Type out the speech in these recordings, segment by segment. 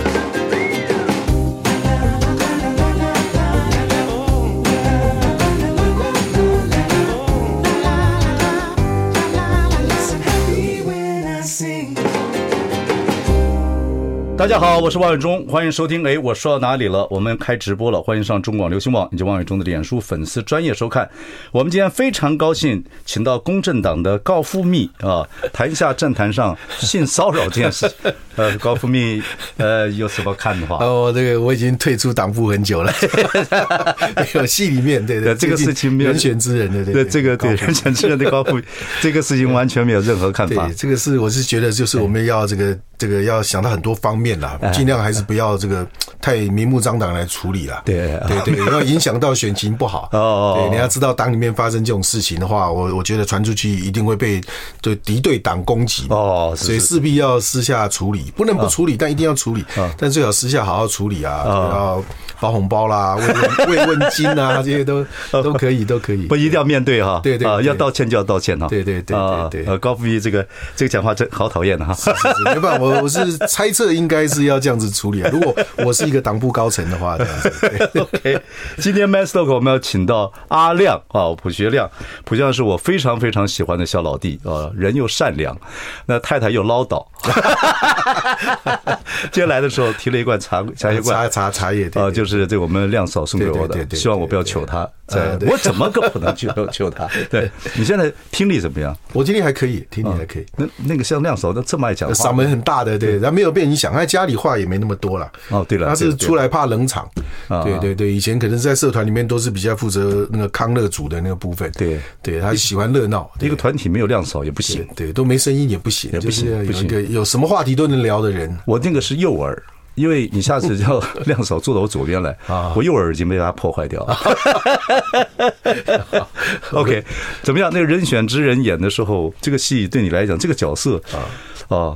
大家好，我是王伟忠，欢迎收听。哎，我说到哪里了？我们开直播了，欢迎上中广流行网以及王伟忠的脸书粉丝专业收看。我们今天非常高兴，请到公正党的高富密啊，谈一下政坛上性骚扰这 件事。呃，高富密，呃，有什么看法？啊，我这个我已经退出党部 很久了，没有戏里面对对对，呃这个事情没有人选之人的对对这个对高人选之人的高 富密，这个事情完全没有任何看法对，。这个是我是觉得，就是我们要这个这个要想到很多方面啦，哎尽量还是不要这个太明目张胆来处理啦。对 啊对啊对，要影响到选情不好。哦对，你要知道党里面发生这种事情的话，我我觉得传出去一定会被对敌对党攻击嘛。哦是啊所以势必要私下处理，不能不处理，但一定要处理。但最好私下好好处理啊，要包红包啦、慰问 慰问金啊，这些都都可以，都可以。不一定要面对哈，对对啊，对要道歉就要道歉哈，对对对啊对对呃，高富密这个这个讲话真好讨厌的啊 哈，是是没办法，我我是猜测应该是要这样子处理啊。如果我是一个党部高层的话，这样子。对 OK，今天 Man Stock 我们要请到阿亮啊，朴学亮，朴学亮是我非常非常喜欢的小老弟啊，人又善良，那太太又唠叨。 今天来的时候提了一罐茶茶叶哎茶罐。茶茶叶啊，对，就是这我们亮嫂送给我对对对的，对希望我不要求他。对对呃对我怎么可能去求 他？对你现在听力怎么样？啊我今天还可以，听你还可以。那那个像亮嫂，那这么爱讲话嗓，门很大的，对，他没有被影响，他家里话也没那么多了。哦对了他对是了对了出来怕冷场啊。对对对，以前可能在社团里面都是比较负责那个康乐组的那个部分。对对，他喜欢热闹，一对个团体没有亮嫂也不行。对，都没声音也不行，不行就是不有行一个有什么话题都能聊的人。我那个是右耳，因为你下次叫 亮嫂坐到我左边 来，啊我右耳已经被他破坏掉了。OK，怎么样？那个人选之人演的时候，这个戏对你来讲，这个角色啊，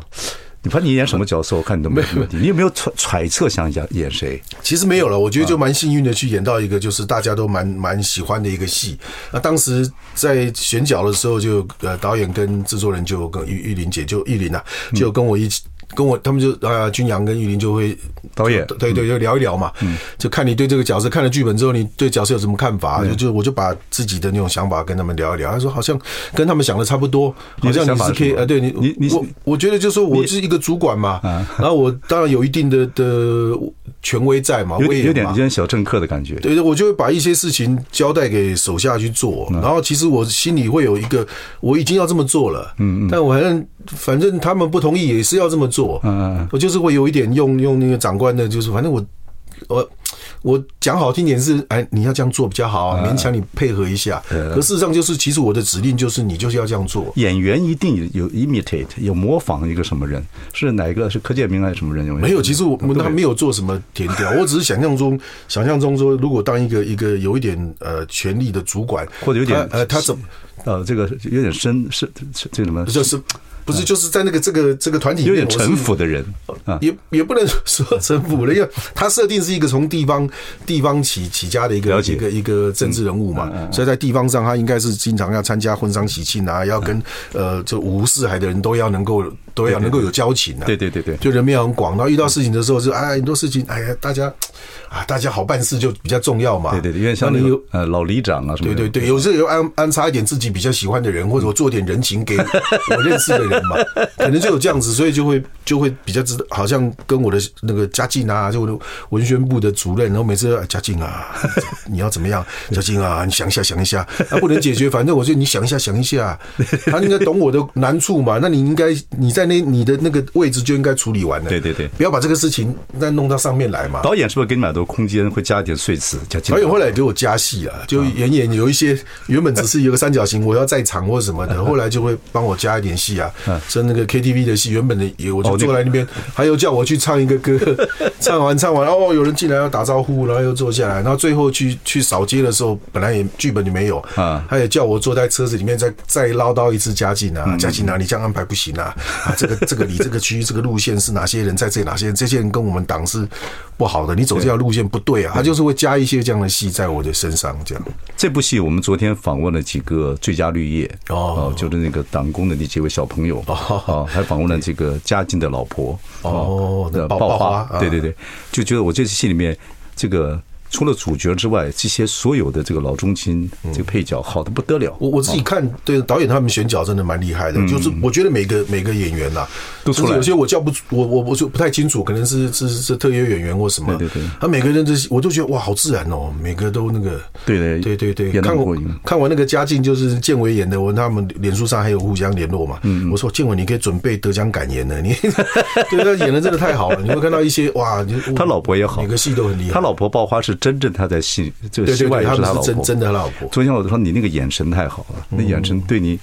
你看你演什么角色？我看你都没问题。你有没有揣揣测想演演谁？其实没有了，我觉得就蛮幸运的，去演到一个就是大家都蛮蛮喜欢的一个戏。那当时在选角的时候就，呃导演跟制作人就跟玉玉林姐就玉林啊，嗯就跟我一起。跟我他们就啊，君阳跟玉林就会导演嗯对对，就聊一聊嘛，就看你对这个角色看了剧本之后，你对角色有什么看嗯法？就就我就把自己的那种想法跟他们聊一聊。他说好像跟他们想的差不多，你好的像想你法是是可以什么呃，对你你你是我我觉得就是说我是一个主管嘛，啊然后我当然有一定的的权威在嘛，有我也点有点嘛有点小政客的感觉。对，我就会把一些事情交代给手下去做，嗯然后其实我心里会有一个，我已经要这么做了，嗯嗯，但我反正反正他们不同意也是要这么做，嗯嗯我就是会有一点用用那个长官的，就是反正我我我讲好听点是，哎，你要这样做比较好嗯啊，勉强你配合一下，可事实上就是，其实我的指令就是你就是要这样做，演员一定有有 imitate，有模仿一个什么人，是哪一个？是柯建明还是什么人？没有，其实啊我们还没有做什么填 调，我只是想象中，想象中说，如果当一个一个有一点呃权力的主管，或者有点他呃他怎么呃，这个有点深是是这什么？就是不是就是在那个这个这个团体里哎有面点城府的人啊我是，也也不能说城府了，因为他设定是一个从地方地方起起家的一个了解嗯一个一个政治人物嘛，所以在地方上他应该是经常要参加婚丧喜庆啊，要嗯跟呃这五湖四海的人都要能够都要能够有交情啊，对对对对就人面很广，然后遇到事情的时候就哎很多事情哎呀大家啊大家好办事就比较重要嘛，对对对，有点像啊那那你有个呃老里长啊什么的。对对对，有时候有安安插一点自己比较喜欢的人，或者我做点人情给 我认识的人嘛，可能就有这样子，所以就会就会比较知道，好像跟我的那个嘉靖啊，就我的文宣部的主任，然后每次哎嘉靖啊，你要怎么样？ 嘉靖啊，你想一下想一下，啊不能解决，反正我就你想一下想一下，他应该懂我的难处嘛，那你应该你在那你的那个位置就应该处理完了，对对对不要把这个事情再弄到上面来嘛。导演是不是给你们很多空间，会加一点碎词？加进导来演后来也给我加戏啊，就演演有一些原本只是一个三角形，我要在场或什么的，后来就会帮我加一点戏啊，像那个 KTV 的戏，原本的也我就坐在那边，还有叫我去唱一个歌，唱完唱完哦，有人进来要打招呼，然后又坐下来，然后最后去去扫街的时候，本来也剧本里没有，啊他也叫我坐在车子里面再再唠叨一次嘉靖啊，嘉靖啊，你这样安排不行啊，啊，这个这个离这个区这个路线是哪些人在这里，哪些人这些人跟我们党是不好的，你走这条路线不对啊，他就是会加一些这样的戏在我的身上，这样这部戏我们昨天访问了几个最佳绿叶哦就是那个党工的那几位小朋友哦哦，还访问了这个嘉靖的老婆哦那呃爆爆爆花啊对对对，就觉得我这次戏里面这个。除了主角之外，这些所有的这个老中青这个配角好的不得了，嗯我我自己看，对导演他们选角真的蛮厉害的，就是我觉得每个每个演员呐、都出来就是有些我叫不出，我我我就不太清楚，可能是是是特约演员或什么，对对对他每个人的我都觉得哇，好自然哦，每个都那个，对对对对对，演得看很我过瘾看完那个嘉靖就是建伟演的，我他们脸书上还有互相联络嘛，嗯我说建伟你可以准备得奖感言了，你对他演的真的太好了，你会看到一些哇，你他老婆也好每个戏都很厉害，他老婆爆花是真正他在戏，这个对戏对外对，也他是他们老是真婆。真的他老婆，昨天我说你那个眼神太好了，那眼神对你，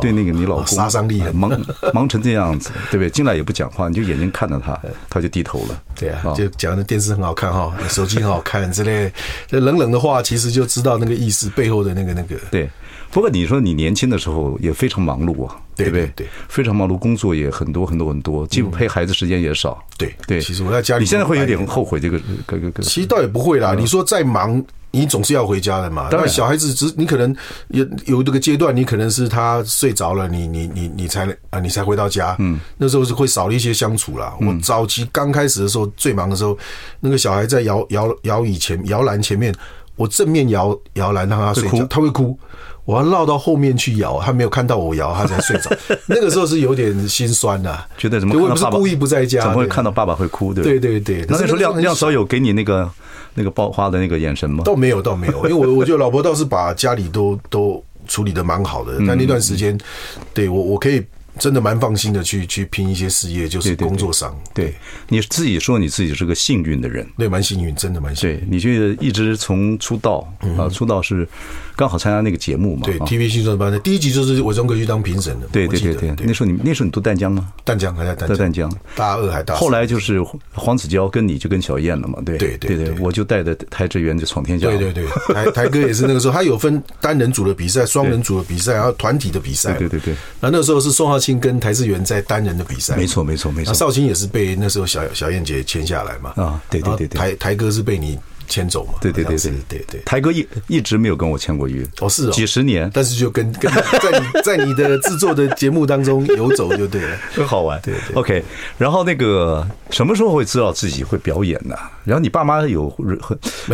对那个你老公杀伤力哎很忙忙成这样子，对不对？进来也不讲话，你就眼睛看着他，他就低头了。对啊，就讲的电视很好看哈，手机很好看之类，这冷冷的话，其实就知道那个意思背后的那个那个。对。不过你说你年轻的时候也非常忙碌啊，对不对？对对非常忙碌，工作也很多很多很多，既不陪孩子时间也少。对对，其实我在家里你现在会有点后悔这个这个这个。其实倒也不会啦，你说再忙。你总是要回家的嘛？嗯当然那小孩子只你可能有有这个阶段，你可能是他睡着了，你你你你才啊，你才回到家。嗯，那时候是会少了一些相处啦。嗯我早期刚开始的时候最忙的时候，那个小孩在摇摇摇椅前摇篮前面，我正面摇摇篮让他睡会觉哭，他会哭。我要绕到后面去摇，他没有看到我摇，他才睡着。 那个时候是有点心酸呐、觉得怎么对我看也到爸不是爸故意不在家，怎么会对看到爸爸会哭？对不对对对那那时候可是那时候亮很亮嫂有给你那个那个爆花的那个眼神吗？倒没有，倒没有，因为 我我觉得老婆倒是把家里都都处理的蛮好嗯的，但那段时间，对我我可以真的蛮放心的去去拼一些事业，就是对对工作上，对，你自己说你自己是个幸运的人，那也蛮幸运，真的蛮幸运。对，你觉得一直从出道啊，出道是刚好参加那个节目嘛，嗯对啊 TV 新闻班的第一集就是伟忠哥去当评审的，对我对记对得对，那时候你那时候你读淡江吗？淡江还在淡在江，淡江，大二还大三，后来就是黄子佼跟你就跟小燕了嘛，对对对对对我就带着台志远就闯天下，对对对，台台哥也是那个时候，他有分单人组的比赛、双人组的比赛，然后团体的比赛嘛。对对对对然后那时候是宋浩庆跟台志远在单人的比赛，没错没错没那错，绍兴也是被那时候小小燕姐签下来嘛。啊对对对对然后台台哥是被你牵走嘛。对对好对像是对对对。台哥一一直没有跟我签过约，哦，是哦，几十年，但是就跟跟在你 在你的制作的节目当中游走就对了。很好玩。对对，OK。然后那个什么时候会知道自己会表演呢？然后你爸妈有很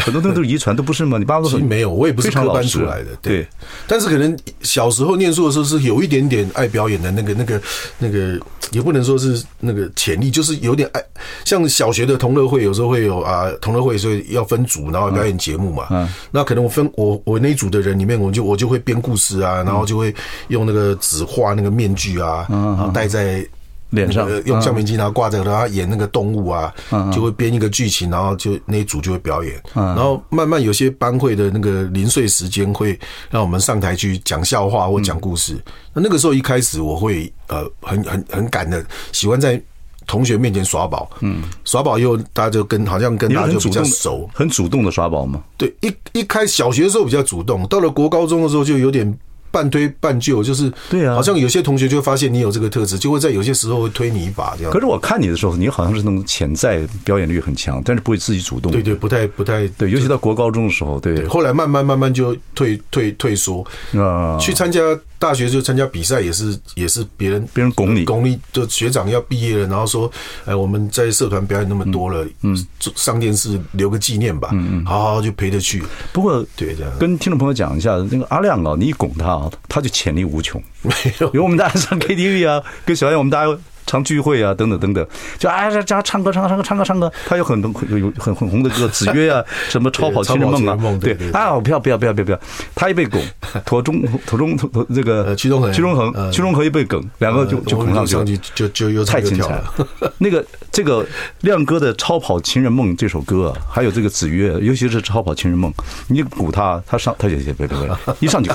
很多东西都是遗传，都不是吗？你爸妈都其很实没有，我也不是非常科老班实出来的，对。但是可能小时候念书的时候是有一点点爱表演的那个、那个、那个，也不能说是那个潜力，就是有点爱。像小学的同乐会，有时候会有啊，同乐会所以要分组，然后表演节目嘛。嗯。那可能我分我我那一组的人里面，我就我就会编故事啊，然后就会用那个纸画那个面具啊，然后戴在。嗯脸上那个用橡皮筋然后挂着，然后演那个动物啊，嗯就会编一个剧情，然后就那一组就会表演，然后慢慢有些班会的那个零碎时间会让我们上台去讲笑话或讲故嗯事。那那个时候一开始我会呃很很很赶的，喜欢在同学面前耍宝，嗯，耍宝以后大家就跟好像跟你是大家很就主比动较的熟，很主动的耍宝吗？对，一一开小学的时候比较主动，到了国高中的时候就有点半推半就，就是对啊好像有些同学就会发现你有这个特质，就会在有些时候会推你一把这样可。是我看你的时候，你好像是那种潜在表演欲很强，但是不会自己主动。对对，不太不太对尤其到国高中的时候，对对，后来慢慢慢慢就退退退缩，啊，去参加大学就参加比赛，也是也是别人别人拱你拱你，就学长要毕业了，然后说，哎，我们在社团表演那么多了，嗯，上电视留个纪念吧，嗯嗯，好好就陪着去，不过对这样跟听众朋友讲一下，那个阿亮啊，你一拱他啊，他就潜力无穷。没有因为我们大家上 KTV 啊，跟小燕我们大家常聚会啊，等等等等，就哎这这唱歌唱歌唱歌唱歌唱歌，他有很多有很很红的歌，《子曰》 啊，什么《超跑情人梦》超跑情人啊梦，对对对啊，我不要不要不要不要不要，他一被 拱，驼中驼中驼这个呃屈中恒屈中恒呃屈中恒一被梗，两个就就我拱们上去上了。去就就又太又精跳彩了。了！ 那个这个亮哥的《超跑情人梦》这首歌啊，还有这个子曰，尤其是《超跑情人梦》，你鼓他，他上他也也别别 别，一上就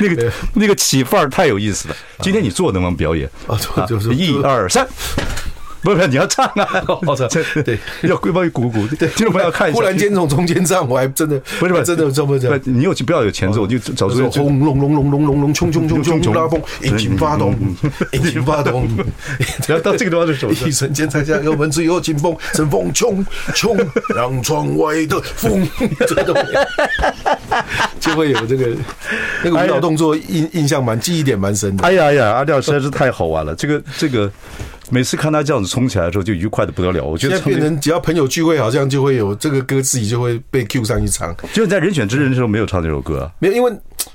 那个那啊个起范儿太有意思了。今天你做能不能表演？啊做做做啊一二三，不是不是，你要唱 啊！我操对，要规帮鼓鼓，对，听众朋友要看一下。 忽然间从中间站，我还真的不是不是 真的这么不哦着是，。你有不要有前奏，我就找出说轰隆隆隆隆隆隆，冲冲冲冲冲冲拉风，引擎发动嗯，引擎发动，然后到这个地方是 什么？一瞬间才下个文字有紧风，乘风冲冲，让窗外的风吹动，就会有这个那个舞蹈动作印印象蛮记忆点蛮深的。哎呀哎呀，阿廖实在是太好玩了，这个这个，每次看他这样子冲起来的时候，就愉快的不得了。我觉现得在变成只要朋友聚会，好像就会有这个歌自己就会被 Q 上一唱。就是在人选之人的时候没有唱这首歌啊，没有，因为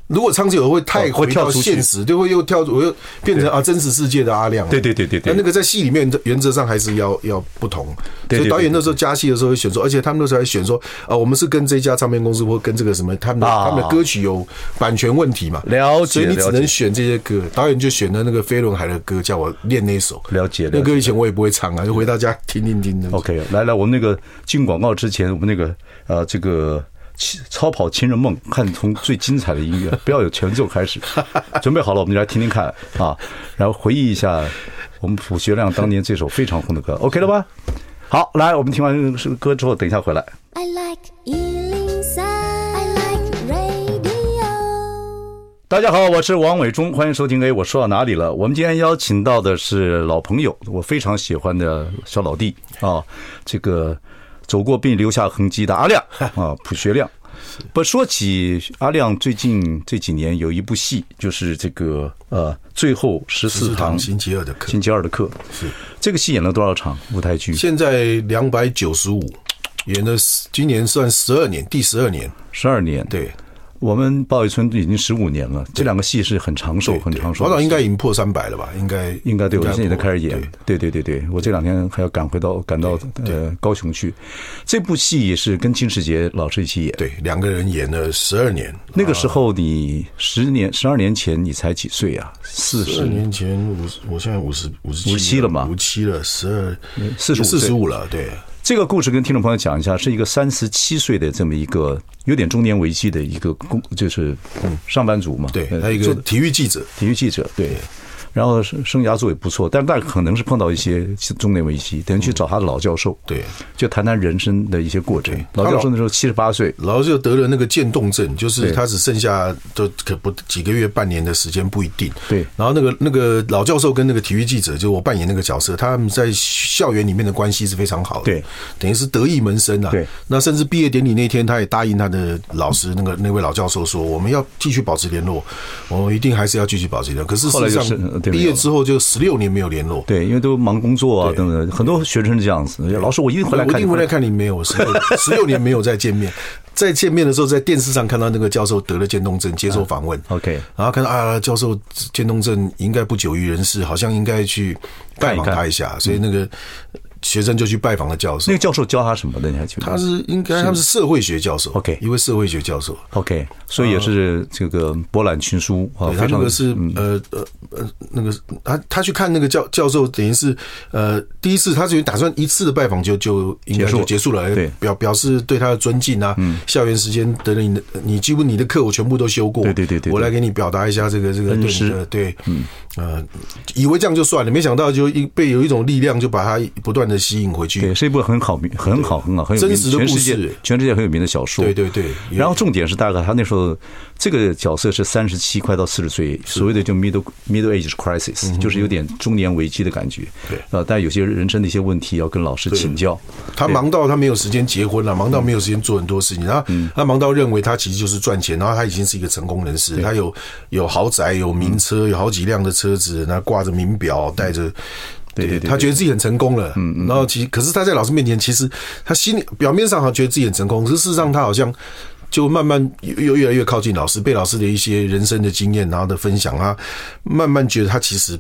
如果唱这首会太哦会回跳到出去现实，就会又跳，我又变成啊真实世界的阿亮了。对对对对对那那个在戏里面原则上还是要要不同，对对所以导演对那时候加戏的时候会选说，而且他们那时候还选说，啊，我们是跟这家唱片公司或跟这个什么他们的啊他们的歌曲有版权问题嘛，了解所以你只了解能选这些歌。导演就选了那个飞轮海的歌，叫我练那首。了解了解那歌以前我也不会唱啊，就回到家听听听的。 OK，来来，我们那个进广告之前，我们那个呃，这个亲超跑情人梦，看从最精彩的音乐，不要有前奏开 始，准备好了，我们就来听听看啊，然后回忆一下我们朴学亮当年这首非常红的歌，OK 了吧？好，来，我们听完这个歌之后，等一下回来。 I like Ealing Sound. I like radio. 大家好，我是王伟忠，欢迎收听。哎，我说到哪里了？我们今天邀请到的是老朋友，我非常喜欢的小老弟啊，这个走过并留下痕迹的阿 亮啊，朴学亮。不说起阿亮，最近这几年有一部戏，就是这个呃，最后十四四堂堂星期二的课，星期二的课，是这个戏演了多少场舞台剧？现在两百九十五，演了十今年算十二年，第十二年。十二年。，对，我们鲍雨村已经十五年了，这两个戏是很长寿、很长寿老的戏。导应该已经破三百了吧？应该应该对，我现在也在开始演对。对对对对，我这两天还要赶回到赶到呃高雄去。这部戏也是跟金世杰老师一起演。对，两个人演了十二年。那个时候你十年十二年前你才几岁啊？四十二十年前五十，我现在五十五十57了嘛五七了，十二45四岁十五了，对，这个故事跟听众朋友讲一下，是一个三十七岁的这么一个有点中年危机的一个工，就是上班族嘛。嗯对，呃他一个做体育记者，体育记者，对。然后生生涯做也不错，但那可能是碰到一些中年危机，等于去找他的老教授，嗯对，就谈谈人生的一些过程对。老教授那时候七十八岁，然后就得了那个渐冻症，就是对他只剩下都可不几个月、半年的时间不一定。对然后那个那个老教授跟那个体育记者，就我扮演那个角色，他们在校园里面的关系是非常好的，对，等于是得意门生啊。对那甚至毕业典礼那天，他也答应他的老师那个那位老教授说，我们要继续保持联络，我们一定还是要继续保持联络。可是后来事实就上是呃对，毕业之后就十六年没有联络，对，因为都忙工作啊等等，很多学生是这样子。老师，我一定回来我看一你。定回来看你没有，十 六十六年没有再见面。再见面的时候，在电视上看到那个教授得了渐冻症，接受访问。啊 OK 然后看到啊，教授渐冻症应该不久于人世，好像应该去拜看一访看嗯他一下。所以那个学生就去拜访了教授那。个教授教他什么的？你还记得？他是应该他们是社会学教授嗯 OK 一位社会学教授。 OK，所以也是这个博览群书啊，对非他那常个是呃呃呃那个他他去看那个教教授，等于是呃第一次，他就打算一次的拜访就就应该结束就结束了，对嗯表表示对他的尊敬啊。校园时间等等，你的你几乎你的课我全部都修过，对对对对我来给你表达一下这个这个恩对师你的对，嗯呃，以为这样就算了，没想到就一被有一种力量就把他不断的吸引回对，去，是一部很好名、很好、很好、很有真名，实的全世故事界全世界很有名的小说。对对对也然后重点是，大概他那时候这个角色是三十七快到四十岁，所谓的就 middle middle age crisis，就是有点中年危机的感觉。嗯对呃，但有些人生的一些问题要跟老师请教。他忙到他没有时间结嗯婚了、忙到没有时间做很多事情，然后他忙到认为他其实就是赚钱，然后他已经是一个成功人士，他有有豪宅、有名车、嗯有好几辆的车子，然后挂着名表，带着。对对对对他觉得自己很成功了，嗯嗯，然后其实可是他在老师面前，其实他心里表面上好像觉得自己很成嗯功，可是事实上他好像就慢慢又越来越靠近老师，被老师的一些人生的经验，然后的分享，他慢慢觉得他其实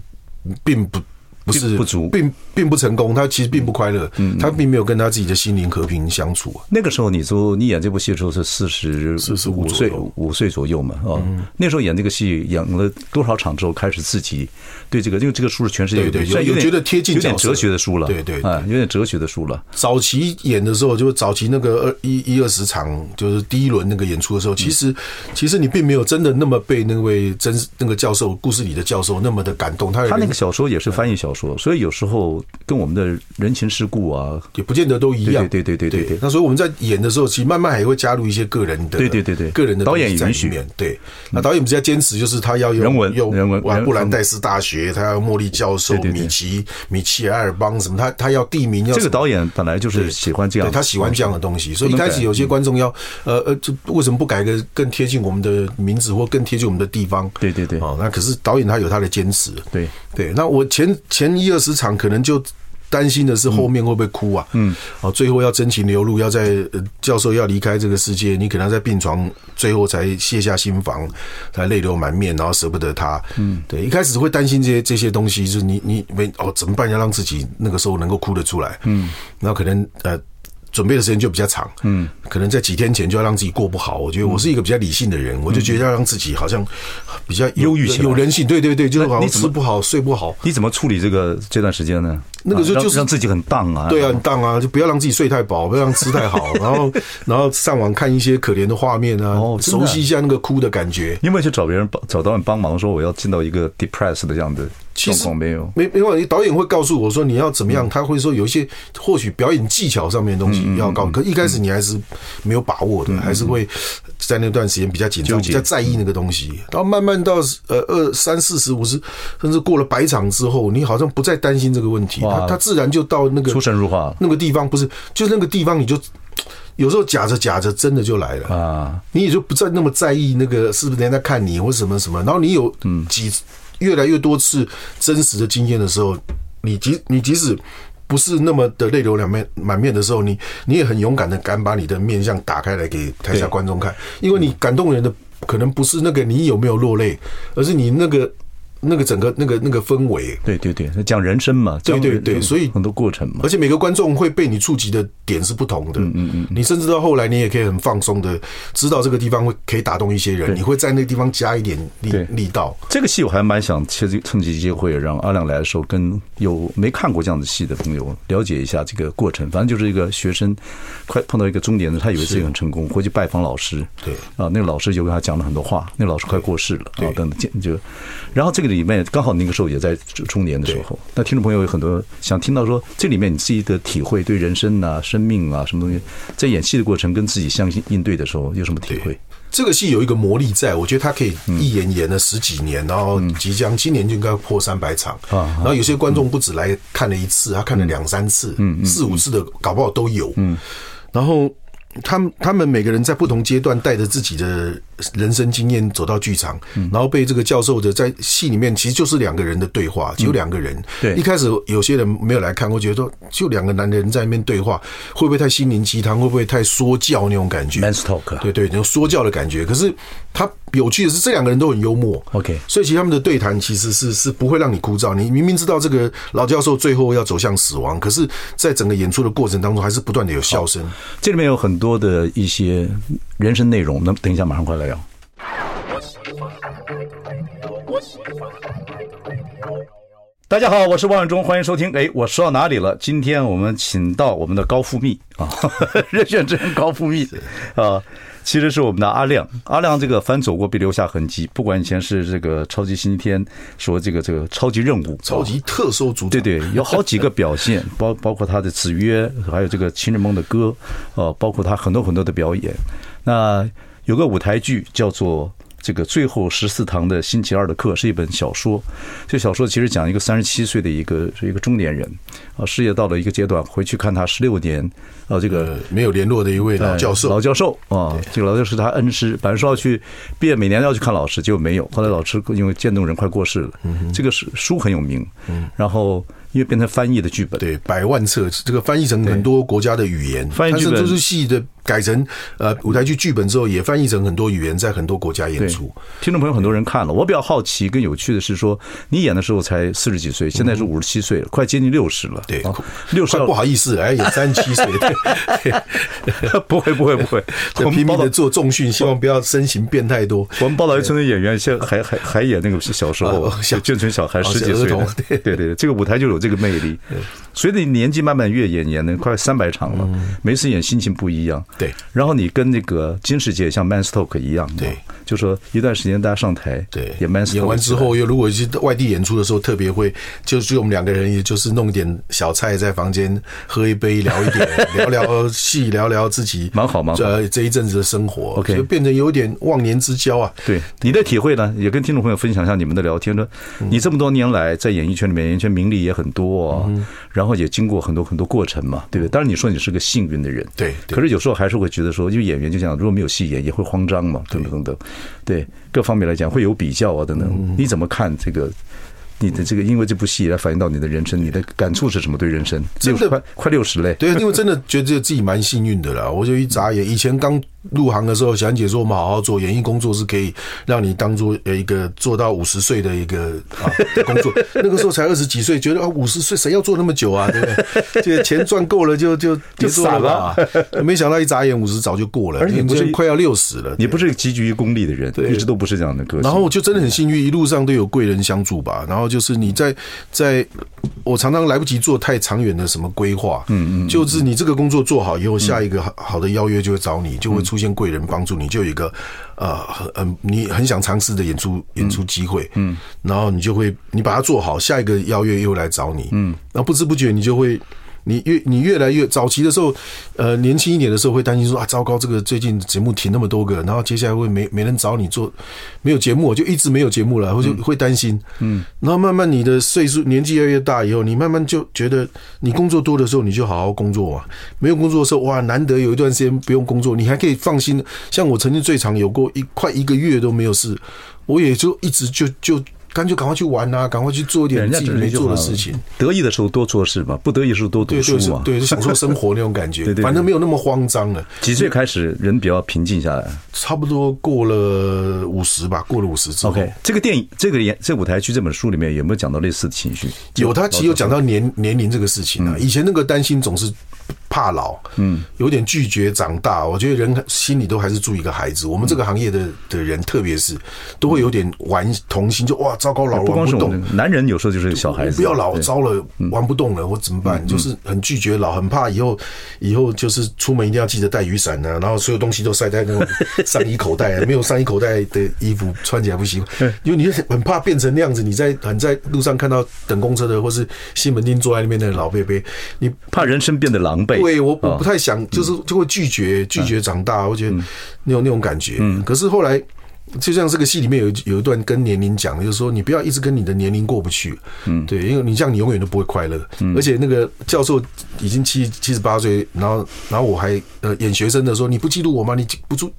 并不不是并不足嗯并并不成功，他其实并不快乐，他并没有跟他自己的心灵和平相处啊。那个时候你说你演这部戏的时候是四十45左岁右嗯五岁左右嘛啊、那时候演这个戏演了多少场之后开始自己对这个，因为这个书是全世界对对有有有点有觉得贴近有点角色哲学的书了，对对对哎有点哲学的书了。早期演的时候，就早期那个二一一二十场，就是第一轮那个演出的时候，其嗯实其实你并没有真的那么被那位真那个教授故事里的教授那么的感动，他有嗯他那人个小说也是翻译小说，所以有时候跟我们的人情世故啊，也不见得都一样。对对对对对对对那所以我们在演的时候，其实慢慢还会加入一些个人的，对对对对个人的东西导演在里允许嗯面。对，那导演比较坚持，就是他要用人文用人文哇人布兰代斯大学，他要莫莉教授、对对对米奇、米切尔邦什么，他他要地名要这什个么导演本来就是喜欢这样，对他喜欢这样的东西，所以一不能开始改有些观众要，呃呃，这为什么不改个更贴近我们的名字或更贴近我们的地方？对对对哦，那可是导演他有他的坚持，对对。那我前前一二十场可能就担心的是后面会不会哭啊？嗯，哦，最后要真情流露，要在、呃教授要离开这个世界，你可能要在病床最后才卸下心防，才泪流满面，然后舍不得他。嗯，对，一开始会担心这些这些东西，就是你你没哦怎么办，要让自己那个时候能够哭得出来。嗯，那可能呃。准备的时间就比较长，嗯，可能在几天前就要让自己过不好。我觉得我是一个比较理性的人，我就觉得要让自己好像比较有忧郁起来有人性，对对对，就是好那像你怎么吃不好、睡不好，你怎么处理这个这段时间呢？那个时啊候让就是让自己很荡啊，对啊，很荡啊，就不要让自己睡太饱，不要让吃太 好，然后然后上网看一些可怜的画面啊，哦真的熟悉一下那个哭的感觉。你有没有去找别人帮找导演帮忙，说我要进到一个 depressed 的这样的其状实况没有？没没问题，导演会告诉我说你要怎么样，他会说有一些或许表演技巧上面的东西要告，可一开始你还是没有把握的，还是会在那段时间比较紧张，纠结比较在意那个东西。然后慢慢到呃二三四十五十，甚至过了百场之后，你好像不再担心这个问题，哇他他自然就到那个出神入化了那个地方不是，就那个地方你就有时候假着假着真的就来了啊，你也就不再那么在意那个是不是人家在看你或什么什么。然后你有嗯几越来越多次真实的经验的时候，你即你即使不是那么的泪流两面满面的时候，你你也很勇敢的敢把你的面相打开来给台下对观众看，因为你感动人的可能不是那个你有没有落泪，而是你那个那个整个那个那个氛围。对对对，那讲人生嘛，对对讲对人所以很多过程嘛而，且每个观众会被你触及的点是不同的，嗯嗯嗯，你甚至到后来，你也可以很放松的知道这个地方会可以打动一些人，你会在那个地方加一点力对力道。这个戏我还蛮想趁机趁机机会让阿亮来的时候，跟有没看过这样的戏的朋友了解一下这个过程。反正就是一个学生快碰到一个终点的时候，他以为自己很成功，回去拜访老师，对啊，那个老师就跟他讲了很多话，那个老师快过世了啊对，等等就，然后这个里面刚好那个时候也在中年的时候，那听众朋友有很多想听到说这里面你自己的体会，对人生啊、生命啊什么东西，在演戏的过程跟自己相信应对的时候有什么体会？这个戏有一个魔力在，我觉得它可以嗯一演演了十几年，然后即将今年就应该破三百场。啊然后有些观众不止来看了一次，他看了两三次，嗯四五次的搞不好都有。然后他们他们每个人在不同阶段带着自己的人生经验走到剧场，嗯然后被这个教授的在戏里面其实就是两个人的对话，只有两个人。嗯对一开始有些人没有来看，会觉得说就两个男人在那边对话，会不会太心灵鸡汤？会不会太说教那种感觉 Men's talk 啊对对，那种说教的感觉。可是他有趣的是，这两个人都很幽默。 OK 所以其实他们的对谈其实是是不会让你枯燥。你明明知道这个老教授最后要走向死亡，可是在整个演出的过程当中，还是不断的有笑声。这里面有很多的一些人生内容，那么等一下马上回来聊。大家好，我是王永忠，欢迎收听。哎，我说到哪里了？今天我们请到我们的高富密啊， 任选之人高富密啊，其实是我们的阿亮。阿亮这个凡走过必留下痕迹，不管以前是这个超级星期天说这个这个超级任务，超级特搜组长，对对，有好几个表现，包包括他的《子曰》，还有这个《情人梦》的歌，呃，包括他很多很多的表演。那有个舞台剧叫做这个《最后十四堂的星期二的课》，是一本小说。这小说其实讲一个三十七岁的一个是一个中年人，啊，事业到了一个阶段，回去看他十六年，呃，这个呃，没有联络的一位老哎教老授，教授啊，这个老教授是他恩师，本来说要去毕业，每年要去看老师，结果没有。后来老师因为渐冻人快过世了，这个是书很有名，然后因为变成翻译的剧本，对，百万册这个翻译成很多国家的语言，翻译但剧是本这出戏的改成呃舞台剧剧本之后，也翻译成很多语言，在很多国家演对出。，听众朋友很多人看了，我比较好奇跟有趣的是说，你演的时候才四十几岁，现在是五十七岁了，快接近六十了，对啊，六十快不好意思了，哎，也三七 岁，对不会不会不会，对我们拼报命道的做重训，希望不要身形变太多。 我们报道一村的演员，现在还还还演那个小时候啊小眷村小孩哦十几小儿岁童的， 对对对，这个舞台就有这个魅力。随着你年纪慢慢越演，演的快三百场了，每次演心情不一样。嗯对，然后你跟那个金世界像 Man Stoke 一样，对，就说一段时间大家上台，对，演 Man Stoke 演完之起来后，又如果去外地演出的时候，特别会就就我们两个人，也就是弄点小菜，在房间喝一杯，聊 一点，聊聊戏，聊聊自己，蛮好蛮好呃，这一阵子的生活 OK 就变成有点忘年之交啊。对你的体会呢，也跟听众朋友分享一下你们的聊天说，嗯你这么多年来在演艺圈里面，演艺圈名利也很多、哦，然后也经过很多很多过程嘛，对不对？当然你说你是个幸运的人，对对可是有时候还是会觉得说，因为演员就讲，如果没有戏演，也会慌张嘛，等等等等，对各方面来讲会有比较啊等嗯等。你怎么看这个？你的这个因为这部戏来反映到你的人生，你的感触是什么？对人生，真的六十快快六十嘞，对，因为真的觉得自己蛮幸运的啦。我就一眨眼，以前刚入行的时候，小安姐说我们好好做演艺工作是可以让你当做呃一个做到五十岁的一个啊工作。 那个时候才二十几岁，觉得啊五十岁谁要做那么久啊，对不对？ 这个钱赚够了就就就做散吧。没想到一眨眼五十早就过了，而且你不是现在快要六十了，你不是集聚于功利的人，一直都不是这样的个性。然后我就真的很幸运，一路上都有贵人相助吧。然后就是你在在，我常常来不及做太长远的什么规划，嗯嗯，嗯就是你这个工作做好以后，下一个好好的邀约就会找你，就会出现贵人帮助你，就有一个呃很很你很想尝试的演出演出机会，嗯，然后你就会你把它做好，下一个邀约又来找你，嗯，然后不知不觉你就会。你越你越来越早期的时候，呃，年轻一点的时候会担心说啊，糟糕，这个最近节目停那么多个，然后接下来会没没人找你做，没有节目，就一直没有节目了，或就会担心。嗯，然后慢慢你的岁数年纪越来越大以后，你慢慢就觉得你工作多的时候，你就好好工作嘛；没有工作的时候，哇，难得有一段时间不用工作，你还可以放心。像我曾经最长有过一快一个月都没有事，我也就一直就就干脆赶快去玩啊，赶快去做一点人家自己只是没一句做的话事情。得意的时候多做事嘛，不得意的时候多读对，书就是嘛。对，就享受生活那种感觉，对对对反正没有那么慌张了。 几岁开始人比较平静下来差不多过了五十吧，过了五十之后？OK，这个电影、这个演、这舞台剧这本书里面有没有讲到类似的情绪？有他其实有讲到年年龄这个事情啊。嗯以前那个担心总是怕老，嗯，有点拒绝长大。我觉得人心里都还是住一个孩子。我们嗯这个行业的的人，特别是都会有点玩童心，就哇，糟糕，老了不玩光是我动们，男人有时候就是小孩我子，不要老对嗯糟了，玩不动了，我怎么办？就是很拒绝老，很怕以后以后就是出门一定要记得带雨伞啊，然后所有东西都塞在 那种上衣口袋啊，没有上衣口袋的衣服穿起来 不习惯，因为你很怕变成那样子。你在很在路上看到等公车的或是西门町坐在那边的老伯伯，你怕人生变得狼狈。对我我啊嗯不太想，就是就会拒绝拒绝长大，我觉得那种那种感觉。可是后来。就像这个戏里面有一有一段跟年龄讲的，就是说你不要一直跟你的年龄过不去，嗯，对，因为你这样你永远都不会快乐。嗯而且那个教授已经七七十八岁，然后然后我还呃演学生的说你不嫉妒我吗？你不住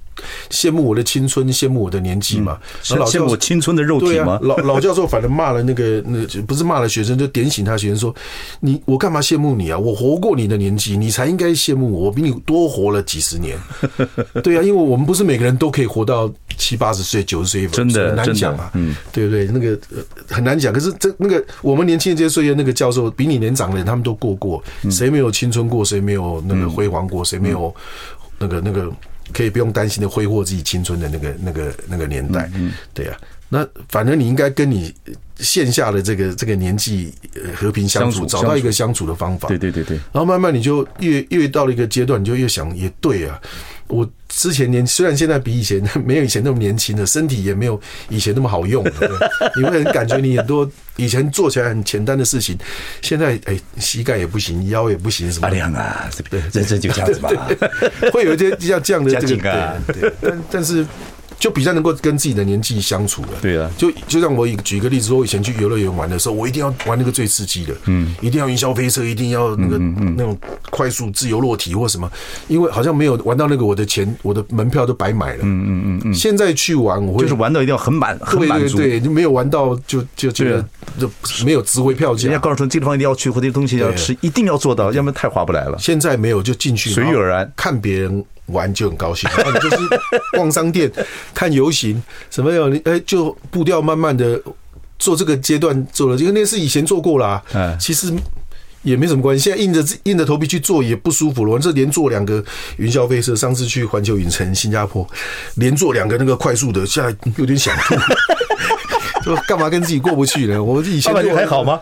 羡慕我的青春，羡慕我的年纪嘛？然后老嗯羡教慕我授青春的肉体对吗啊？、老老教授反正骂了那个那个不是骂了学生，就点醒他学生说：“你我干嘛羡慕你啊？我活过你的年纪，你才应该羡慕我，我比你多活了几十年。” 对啊，因为我们不是每个人都可以活到七八十岁、九十岁，真的很难讲啊，真的嗯，对不对？那个、呃很难讲。可是这那个我们年轻的这些岁月，那个教授比你年长的人，他们都过过，嗯谁没有青春过？谁没有那个辉煌过？谁没有嗯那个那个？可以不用担心的挥霍自己青春的那个、那个、那个年代，嗯对啊。那反正你应该跟你线下的这个这个年纪呃和平相相处，处找到一个相处的方法。对对对对，然后慢慢你就越越到了一个阶段，你就越想也对啊。我之前年虽然现在比以前 没有以前那么年轻了，身体也没有以前那么好用了，对不对你会很感觉你很多以前做起来很简单的事情，现在哎膝盖也不行，腰也不行，什么阿的亮啊，人生就这样子嘛。 会有一些像这样的这加紧啊个，对，对但但是就比较能够跟自己的年纪相处了。对啊就就像我以举一个例子，说我以前去游乐园玩的时候，我一定要玩那个最刺激的，嗯，一定要云霄飞车，一定要那个嗯那种快速自由落体或什么，因为好像没有玩到那个，我的钱我的门票都白买了。嗯嗯嗯嗯。现在去玩，我会就是玩到一定要很满，很对满对足。对，就没有玩到就就觉对得啊就没有值回票价人家。告诉说这个地方一定要去，或者这个东西要对吃，一定要做到，要不然太划不来了。现在没有就进去随遇而安看别人玩就很高兴。 然后你就是逛商店、看游行什么样，哎，就步调慢慢的做这个阶段做了，因为那是以前做过啦。嗯其实。也没什么关系，现啊在硬着硬着头皮去做也不舒服了。我这连做两个云霄飞车，上次去环球影城新加坡，连做两个那个快速的，现在有点想吐。 就干嘛跟自己过不去呢？我以 前爸爸你做还好？吗？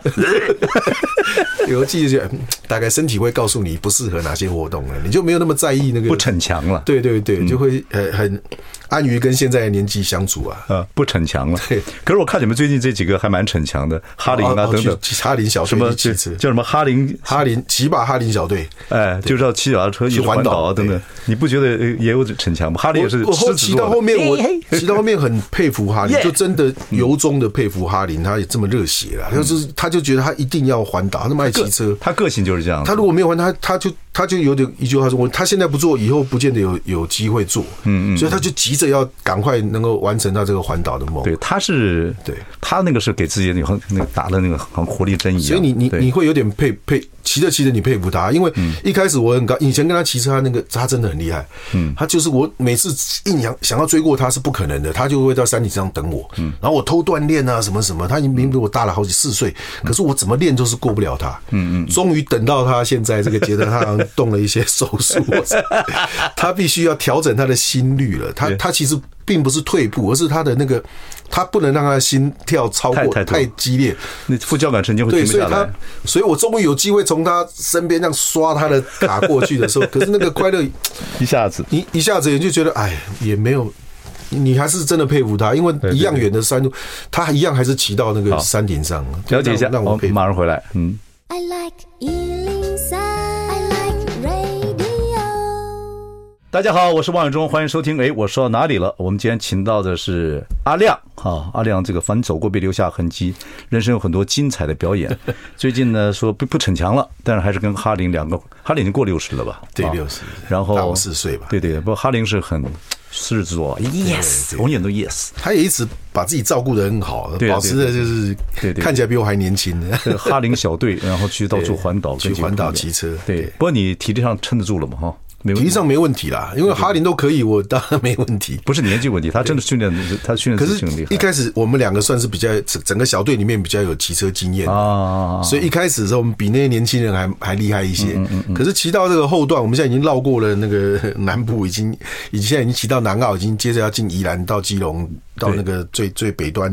有记忆就嗯大概身体会告诉你不适合哪些活动了，你就没有那么在意那个不。嗯逞强了，对对对，就会很很安于跟现在的年纪相处啊。呃，不逞强了对。可是我看你们最近这几个还蛮逞强的，哈林啊哦哦等等，去去哈林小什队么一起叫吃叫什么哈林，哈林骑马哈林小队，哎，就是要骑脚踏车一直环环岛啊岛等等对，你不觉得呃也有逞强吗？哈林也是我我后狮子骑到座后的，面，我骑到后面很佩服哈林，就真的由衷的佩服哈林，他也这么热血了，嗯就是他就觉得他一定要环岛，他那么爱骑车，他个性就是这样的。他如果没有环岛，他他就他就有点一句话说，我他现在不做，以后不见得有有机会做，嗯嗯，所以他就急着要赶快能够完成他这个环岛的梦，对，他是对他那个是给自己那个那个打的那个好像活力针一样。所以你你对你会有点佩佩骑着骑着你佩服他，因为一开始我很高，以前跟他骑车，他那个他真的很厉害，嗯，他就是我每次一想想要追过他是不可能的，他就会到山顶上等我，嗯，然后我偷锻炼啊什么什么，他已经明明比我大了好几四岁，可是我怎么练就是过不了他，嗯嗯嗯，终于等到他现在这个阶段，他好像动了一些手术，他必须要调整他的心率了， 他他其实。并不是退步，而是他的那个，他不能让他的心跳超过太太多太激烈，那副交感神经会对，停不所以下他来。，所以我终于有机会从他身边这样刷他的卡过去 的时候，可是那个快乐，一下子你一下子也就觉得，哎，也没有，你还是真的佩服他，因为一样远的山路，他还一样还是骑到那个山顶上，了解一下，让让我我佩服马。上回来。嗯， I like Ealing Sound. I like radio. 大家好，我是王永忠，欢迎收听。哎，我说到哪里了？我们今天请到的是阿亮啊，阿亮这个凡走过必留下痕迹，人生有很多精彩的表 演。最近呢，说不不逞强了，但是还是跟哈林两个，哈林已经过六十了吧？对啊60然后大我四岁吧对对，不过哈林是很狮子座，yes，永远都 yes。他也一直把自己照顾得很好，对啊保持的就是对对对看起来比我还年轻。这个呃哈林小队，然后去到处环岛，跟对几个去环岛朋友骑车对对，不过你体力上撑得住了嘛？哈，没问体题力上没问题啦，因为哈林都可以，我当然没 问题。不是年纪问题，他真的训练，他训可练自是己很厉，害一开始我们两个算是比较整整个小队里面比较有骑车经验的啊啊。啊嗯所以一开始的时候，我们比那些年轻人还还厉害一些。可是骑到这个后段，我们现在已经绕过了那个南部，已经已经现在已经骑到南澳，已经接着要进宜兰到基隆，到那个最最北端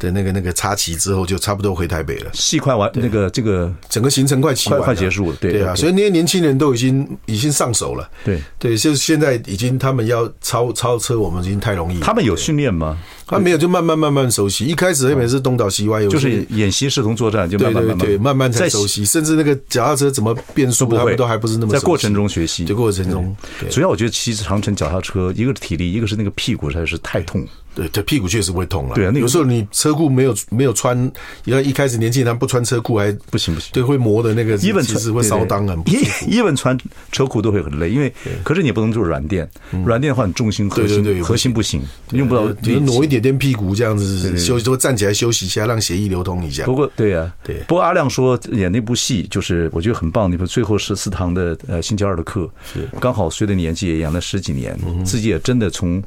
的那个那个插旗之后，就差不多回台北了。戏快完，那个这个整个行程快骑完了，快快结束了对对啊， OK 所以那些年轻人都已经已经上手了。对对，就是现在已经他们要超超车，我们已经太容易了。他们有训练吗？他没有就慢慢慢慢熟悉，一开始那边是东倒西歪，有就是演习视同作战，就慢慢对对慢慢对，慢慢才在熟悉，甚至那个脚踏车怎么变速，不他会们都还不是那么熟在悉过程中学习对，过程中，对主要我觉得骑长城脚踏车，一个是体力，一个是那个屁股实在是太痛。对对，屁股确实会痛了。对啊那个有时候你车库没有没有穿，要一开始年轻人他们不穿车裤还不行不行对，会磨的那个，一本其实会烧裆啊很不舒服。一一本穿车裤都会很累，因为可是你也不能做软垫，软垫的话你重心核对嗯对心对核心不行，用不到力你气挪一点点屁股这样子休息，多站起来休息一下，让血液流通一下不。过，对呀、对不过阿亮说演那部戏，就是我觉得很棒。那部最后十四堂的呃星期二的课，是刚好随着年纪也演了十几年，嗯自己也真的从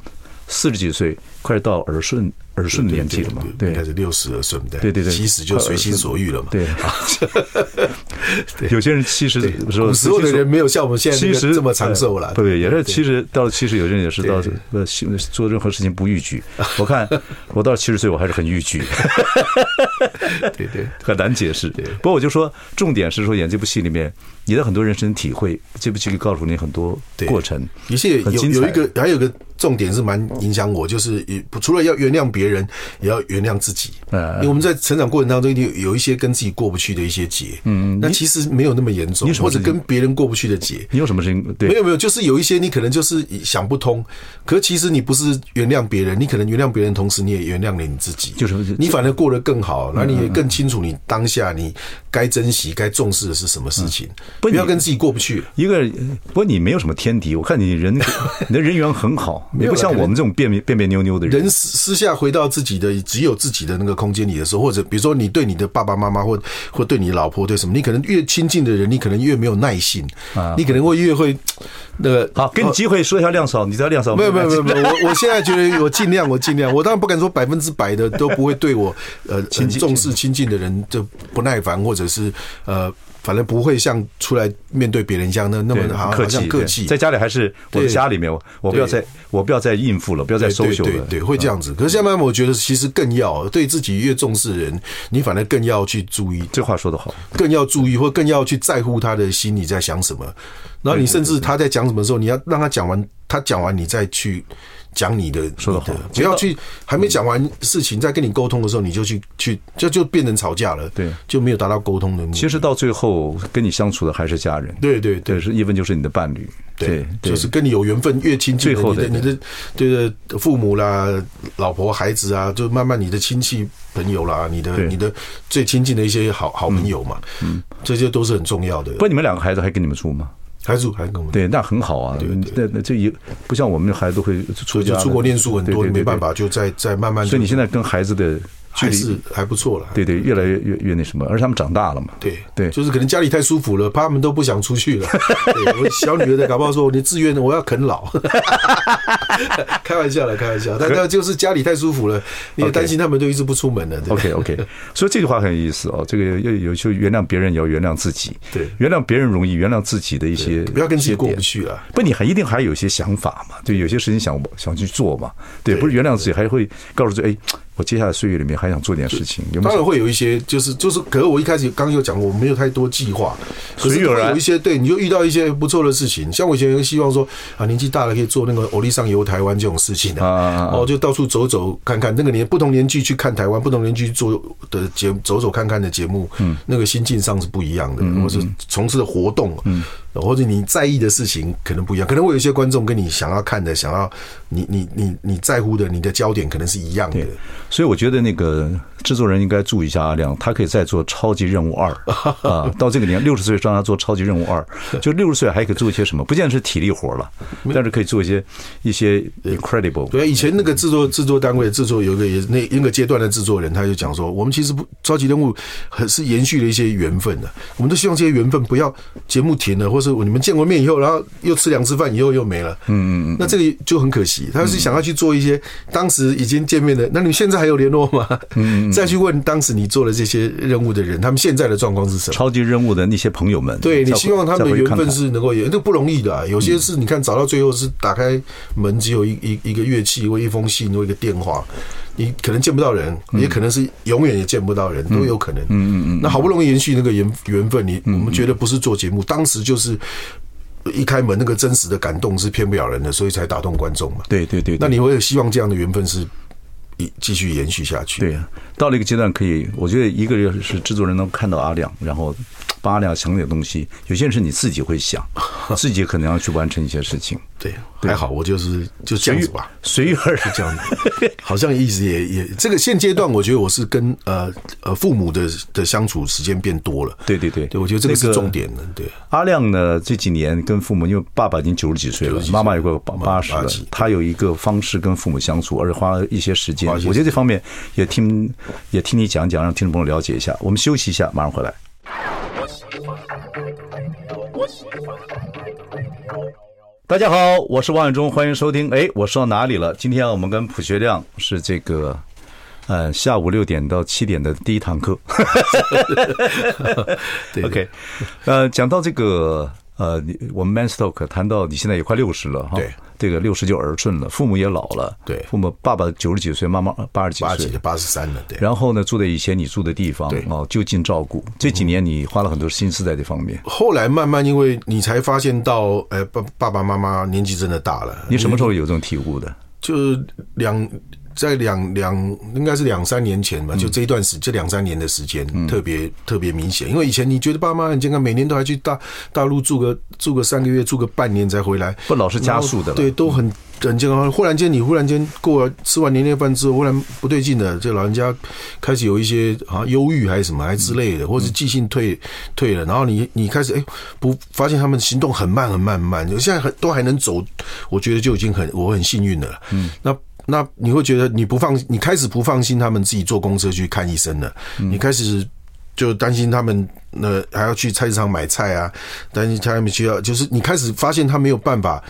四十几岁快到耳顺耳顺年纪了嘛。对开始六十了，顺带对对对七十就随心所欲了嘛。 对， 有些人七十的时候，古时候的人没有像我们现在七那十个这么长寿了。不哎对，也是七十到了七十，有些人也是到呃行做任何事情不逾 矩。我看我到七十岁，我还是很逾矩。 对对。很难解释。不过我就说，重点是说演这部戏里面你的很多人生体会，这部戏可以告诉你很多对过程，而且有很精彩有一个还有一个重点是蛮影响我，就是也不除了要原谅别人，也要原谅自己。嗯因为我们在成长过程当中，一定有一些跟自己过不去的一些结。嗯，那其实没有那么严重你有，什么或者事情跟别人过不去的结。你有什么事情没对？有没有，就是有一些你可能就是想不通，可其实你不是原谅别人，你可能原谅别人，同时你也原谅了你自己，就是嗯你反而过得更好，那你也更清楚你当下你该珍惜、该重视的是什么事情，嗯不不要你跟自己过不去。一个，不过你没有什么天敌，我看你 人，你的人缘很好，你有不了像可能我们这种别别别别扭扭的人。人私私下回到自己的只有自己的那个空间里的时候，或者比如说你对你的爸爸妈妈或或对你老婆对什么，你可能越亲近的人，你可能越没有耐心，啊你可能会越会那个好，给你机会说一下亮嫂，你知道亮嫂哦没有没有没有没有， 我我现在觉得我尽量我尽量，我当然不敢说百分之百的都不会对我呃很重视亲近的人就不耐烦，或者是呃反正不会像出来面对别人一样那那对么好客好气像客对气，在家里还是我的对家里面，我我不要再我不要再应付了，不要再对 social 嗯对了。对，会这样子。可是慢慢我觉得其实更要对自己越重视的人，你反而更要去注意，这话说得好，更要注意或更要去在乎他的心里在想什么。然后你甚至他在讲什么的时候，你要让他讲完，他讲完你再去讲你的，说得好你不要去还没讲完事情，在跟你沟通的时候，你就去去就就变成吵架了，对就没有达到沟通的目的。其实到最后跟你相处的还是家人，对对嗯对对，是一分就是你的伴侣，对，对就是跟你有缘分越亲近最的，后的你的你的对的父母啦、老婆、孩子啊，就慢慢你的亲戚朋友啦，你的对你的最亲近的一些好好朋友嘛，嗯，这些都是很重要的。不，你们两个孩子还跟你们住吗？还是还跟我们对，那很好啊。那那这也不像我们孩子会出家就的出国念书很多，对对对没办法，就再再慢慢对就。所以你现在跟孩子的距还离是，还不错啦。对对，越来越越越那什么，而且他们长大了嘛。对对就是可能家里太舒服了，怕他们都不想 出去了。对我小女儿的搞不好说，你自愿的，我要啃老。 开玩笑了，开玩笑。但但就是家里太舒服了，你也 OK 担心他们都一直不出门了。对 OK OK，所以这句话很有意思哦。这个要有时候原谅别人，也要原谅自己。对原谅别人容易，原谅自己的一些不要跟自己一些过点不去了。不，你还一定还有一些想法嘛？对，有些事情想想去做嘛？对，对不是原谅自己，还会告诉自己，哎，我接下来岁月里面还想做点事情，有没当然有？会有一些，就是就是，可是我一开始刚刚有讲过，我没有太多计划，可随是遇而会安有一些对，你就遇到一些不错的事情。像我以前有希望说啊，年纪大了可以做那个欧力上游台湾这种事情啊啊啊啊，哦，就到处走走看看，那个年不同年纪去看台湾，不同年纪做的节走走看看的节目，嗯，那个心境上是不一样嗯的，或是从事的活动，嗯。或者你在意的事情可能不一样，可能会有一些观众跟你想要看的、想要你你你你在乎的、你的焦点可能是一样的。所以我觉得那个制作人应该注意一下阿亮，他可以再做《超级任务 二》啊，到这个年六十岁让他做《超级任务二》，就六十岁还可以做一些什么，不见得是体力活了，但是可以做一些一些 incredible。对啊，以前那个制作制作单位制作有一个也那那个阶段的制作人，他就讲说，我们其实不超级任务很是延续了一些缘分的、我们都希望这些缘分不要节目停了，或是你们见过面以后，然后又吃两次饭以后又没了，嗯嗯，那这个就很可惜。他是想要去做一些当时已经见面的，那你们现在还有联络吗？嗯，再去问当时你做了这些任务的人，他们现在的状况是什么？超级任务的那些朋友们，对你再回希望他再们的回去缘看分看是能够有，那不容易的啊、有些是你看找到最后是打开门只有一一一个乐器或一封信或一个电话，你可能见不到人，也可能是永远也见不到人，都有可能。嗯嗯嗯嗯嗯。那好不容易延续那个缘缘分，你我们觉得不是做节目，当时就是一开门那个真实的感动是骗不了人的，所以才打动观众嘛。对对对，对那你会希望这样的缘分是一继续延续下去？对，啊到了一个阶段可以，我觉得一个是制作人能看到阿亮，然后帮阿亮想点东西。有些人是你自己会 想，自己可能要去完成一些事情，对，还好我就是就这样子吧。随遇而安。这样子，好像一直也也这个现阶段，我觉得我是跟呃呃父母的的相处时间变多了。对对对对我觉得这个那是个重点的。对，阿亮呢，这几年跟父母，因为爸爸已经九十几岁了， 90妈妈也快八八十了八几，他有一个方式跟父母相处，而且花了一些时间。花一些我觉得这方面也听也听你讲讲，让听众朋友了解一下。我们休息一下，马上回来。大家好，我是王永忠，欢迎收听。哎，我说到哪里了？今天我们跟朴学亮是这个。呃，下午六点到七点的第一堂课，对 OK，呃，讲到这个，呃，你我们 Man Stock 谈到你现在也快六十了哈，对，这个六十就耳顺了，父母也老了，对父母爸爸九十几岁，妈妈八十几八岁几。八十三了，对。然后呢，住在以前你住的地方对哦，就近照顾。这几年你花了很多心思在这方面。后来慢慢，因为你才发现到，呃，爸爸爸妈妈年纪真的大了。你什么时候有这种体悟的？就是两在两两应该是两三年前嗯吧，就这一段时这两三年的时间特别特别明显，因为以前你觉得爸妈很健康，每年都还去大大陆住个住个三个月，住个半年才回来，不老是加速的了然后对，都很很健康。忽然间你忽然间过了吃完年夜饭之后，忽然不对劲了，这老人家开始有一些啊忧郁还是什么还之类的，或者是记性退退了，然后你你开始哎、不发现他们行动很慢很慢很慢，现在很都还能走，我觉得就已经很我很幸运了。嗯，那。那你会觉得你不放，你开始不放心他们自己坐公车去看医生了，你开始就担心他们呃还要去菜市场买菜啊，担心他们需要，就是你开始发现他没有办法，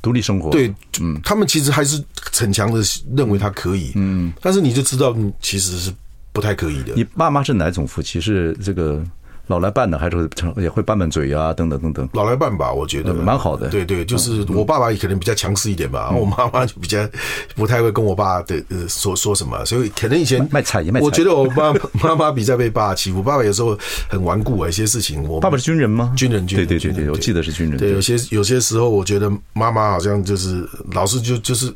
独立生活，对，嗯他们其实还是逞强的认为他可以，嗯，但是你就知道嗯其实是不太可以的你，爸妈是哪种夫妻？是这个老来伴的还是会也会拌拌嘴啊，等等等等。老来伴吧，我觉得嗯蛮嗯好的对对，就是我爸爸也可能比较强势一点吧，我妈妈就比较不太会跟我爸的呃说说什么，所以可能以前卖卖菜也卖菜我觉得我妈 妈妈比较被爸欺负，爸爸有时候很顽固啊，一些事情我爸爸是军人吗？军人军对人对军对人对，我记得是军人。对，有些有些时候，我觉得妈妈好像就是老是就就是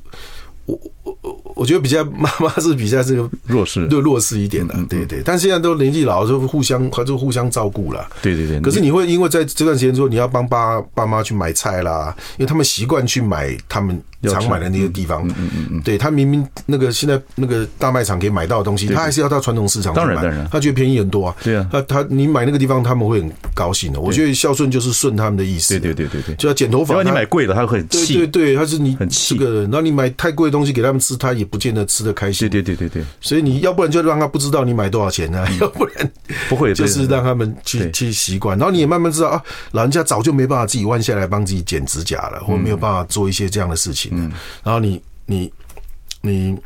我我我我觉得比较妈妈是比较这个弱势嗯对弱势一点的，对对。但现在都年纪老了，就互相就互相照顾了。对对对可是你会因为在这段时间之后，你要帮爸爸妈去买菜啦，因为他们习惯去买他们要吃常买的那些地方。嗯嗯嗯。对他明明那个现在那个大卖场可以买到的东西，他还是要到传统市场去当然买当然他觉得便宜很多啊。对啊他他你买那个地方，他们会很高兴的。我觉得孝顺就是顺他们的意思。啊对对对对对就要剪头发。因为你他买贵了，他会很对气。对对，他是你很气这个，然后你买太贵的东西给他们吃，他也不见得吃得开对嗯心。对对对对，所以你要不然就让他不知道你买多少钱啊， 要不然不会就是对让他们对去去习惯，然后你也慢慢知道啊，老人家早就没办法自己弯下来帮自己剪指甲了，嗯或没有办法做一些这样的事情了。然后你你你，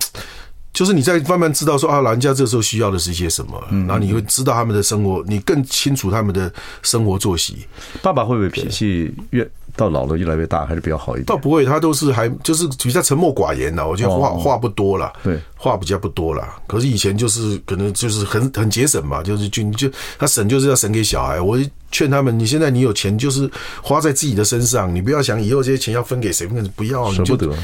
就是你在慢慢知道说啊，老人家这时候需要的是一些什么，嗯然后你会知道他们的生活，你更清楚他们的生活作息。爸爸会不会脾气越到老了越来越大，还是比较好一倒点？不会，他都是还就是比较沉默寡言的，我觉得话、哦话不多了，对话比较不多了。可是以前就是可能就是很很节省嘛，就是就就他省就是要省给小孩。我劝他们，你现在你有钱就是花在自己的身上，你不要想以后这些钱要分给谁，分给不要，你舍就不得。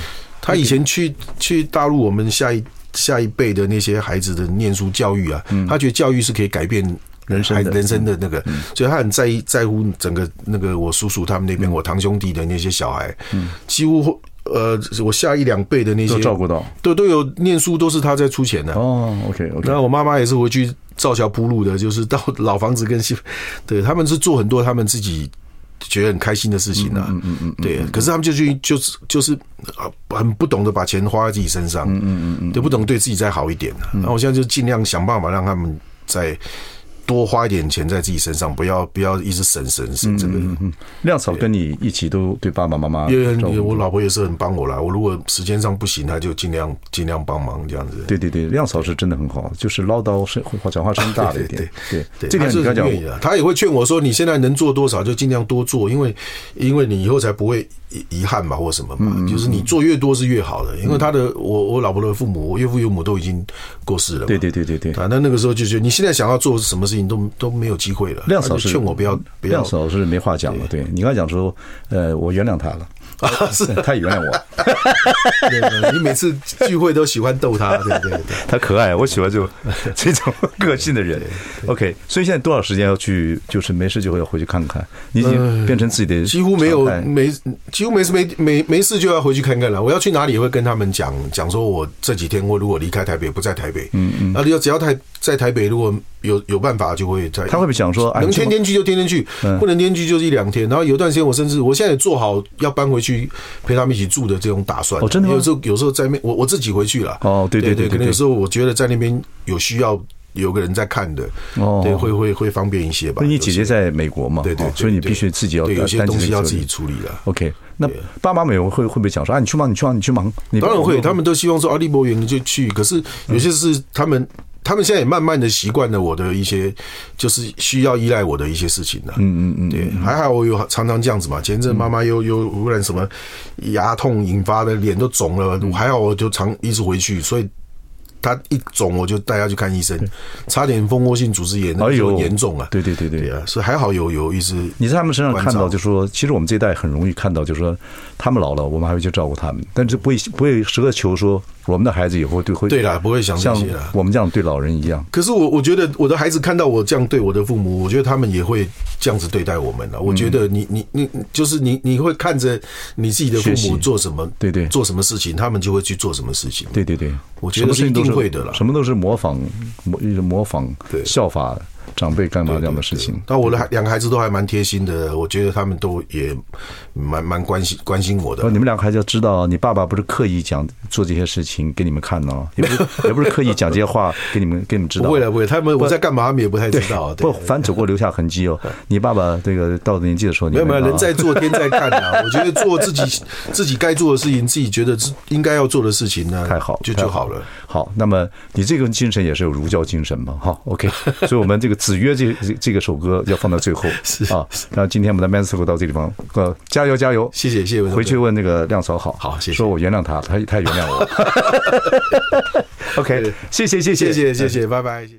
他以前去去大陆，我们下一下一辈的那些孩子的念书教育啊，他觉得教育是可以改变。人生人生的那个，所以他很在意在乎整个那个我叔叔他们那边，我堂兄弟的那些小孩，几乎呃，我下一两辈的那都些照顾到都都有念书，都是他在出钱的。哦，OK OK，那我妈妈也是回去造桥铺路的，就是到老房子跟新，对他们是做很多他们自己觉得很开心的事情啊。嗯嗯嗯，对。可是他们就去就是就是啊很不懂得把钱花在自己身上，嗯嗯嗯，对，不懂对自己再好一点、啊。那我现在就尽量想办法让他们再多花一点钱在自己身上，不要不要一直省省省这个。亮嫂跟你一起都对爸爸妈妈因为照因为顾。嗯我老婆也是很帮我啦，我如果时间上不行，她就尽量尽量帮忙这样子。对对对，亮嫂是真的很好，就是唠叨声、讲话声大了一点。对对，这点他是你刚讲很，愿意啊的，他也会劝我说：“你现在能做多少就尽量多做，因为因为你以后才不会遗遗憾嘛，或什么嗯嘛。就是你做越多是越好的。因为他的我我老婆的父母，我岳父岳母都已经过世了嘛。对对对对对。啊，那那个时候就觉得你现在想要做什么事情都都没有机会了。亮他嫂就是劝我不要不要亮嫂是没话讲了。对你刚才讲说，呃，我原谅他了，啊， 是他也原谅我，对对你每次聚会都喜欢逗他，对对对。他可爱，我喜欢这种 这种个性的人。OK，所以现在多少时间要去，就是没事就会要回去看看，你已经变成自己的呃几乎没有嗯常态没几乎没事没没没事就要回去看看了。我要去哪里也会跟他们讲讲，说我这几天我如果离开台北不在台北，嗯嗯，那要只要台在台北如果有有办法就会在，他会不会想说，哎，嗯能你这天么天去就天天去，不能天天去就是一两天。然后有一段时间我甚至我现在也做好要搬回去陪他们一起住的这种打算。哦真的吗有时候有时候在面我我自己回去了。哦对对对对对可能对有时候我觉得在那边有需要有个人在看的，哦对，会会会方便一些吧。那你有姐些姐在美国嘛？对对哦对所以你对必须自己要对有些担起东这西个要责自己任哦处理了。 OK，那爸妈们会会不会讲说啊，你去忙，你去忙，你去忙？你嗯当然会，他们们都希望说啊，立博园就去。可是有些是他们，他们现在也慢慢的习惯了我的一些，就是需要依赖我的一些事情了、嗯嗯嗯，对，还好我有常常这样子嘛。前阵妈妈嗯又又忽然什么牙痛引发的，脸都肿了，嗯还好我就常一直回去，所以。她一肿，我就带她去看医生，差点蜂窝性组织炎，那哎呦就严重啊！对对对对对啊，所以还好有有一直你在他们身上看关到，照就说其实我们这一代很容易看到，就是说他们老了，我们还会去照顾他们，但是不会不会奢求说我们的孩子以后对会对啦，不会想这像些啦。我们这样对老人一样。可是我我觉得我的孩子看到我这样对我的父母，我觉得他们也会这样子对待我们嗯啊了。我觉得你你你就是你你会看着你自己的父学习母做什么，对对做什么事情，他们就会去做什么事情。对对对，我觉什么得事是情一都是定会的啦。什么都是模仿模模仿对效法长辈干嘛这样的事情。但我的孩两个孩子都还蛮贴心的，我觉得他们都也蛮蛮关心关心我的哦，。你们两个还是要知道，你爸爸不是刻意讲做这些事情给你们看哦，也不是 也不是刻意讲这些话给你们给你们知道。不会了，不会，他们我在干嘛，他们也不太知道啊。对不，反走过留下痕迹 哦。你爸爸这个到了年纪的时候，你没有没有，看到人在做天在看 啊！我觉得做自己自己该做的事情，自己觉得是应该要做的事情呢，太好就太就好好了。好，那么你这个精神也是有儒教精神嘛？哈，OK，所以 我们这个《子曰》这这这个首歌要放到最后啊。那今天我们的 m a n s c o 到这地方，呃，加油加油！谢谢谢谢文总回去问那个亮嫂好，好谢谢说我原谅他，他他也原谅我。OK，谢谢谢谢 谢谢谢谢，拜拜。谢谢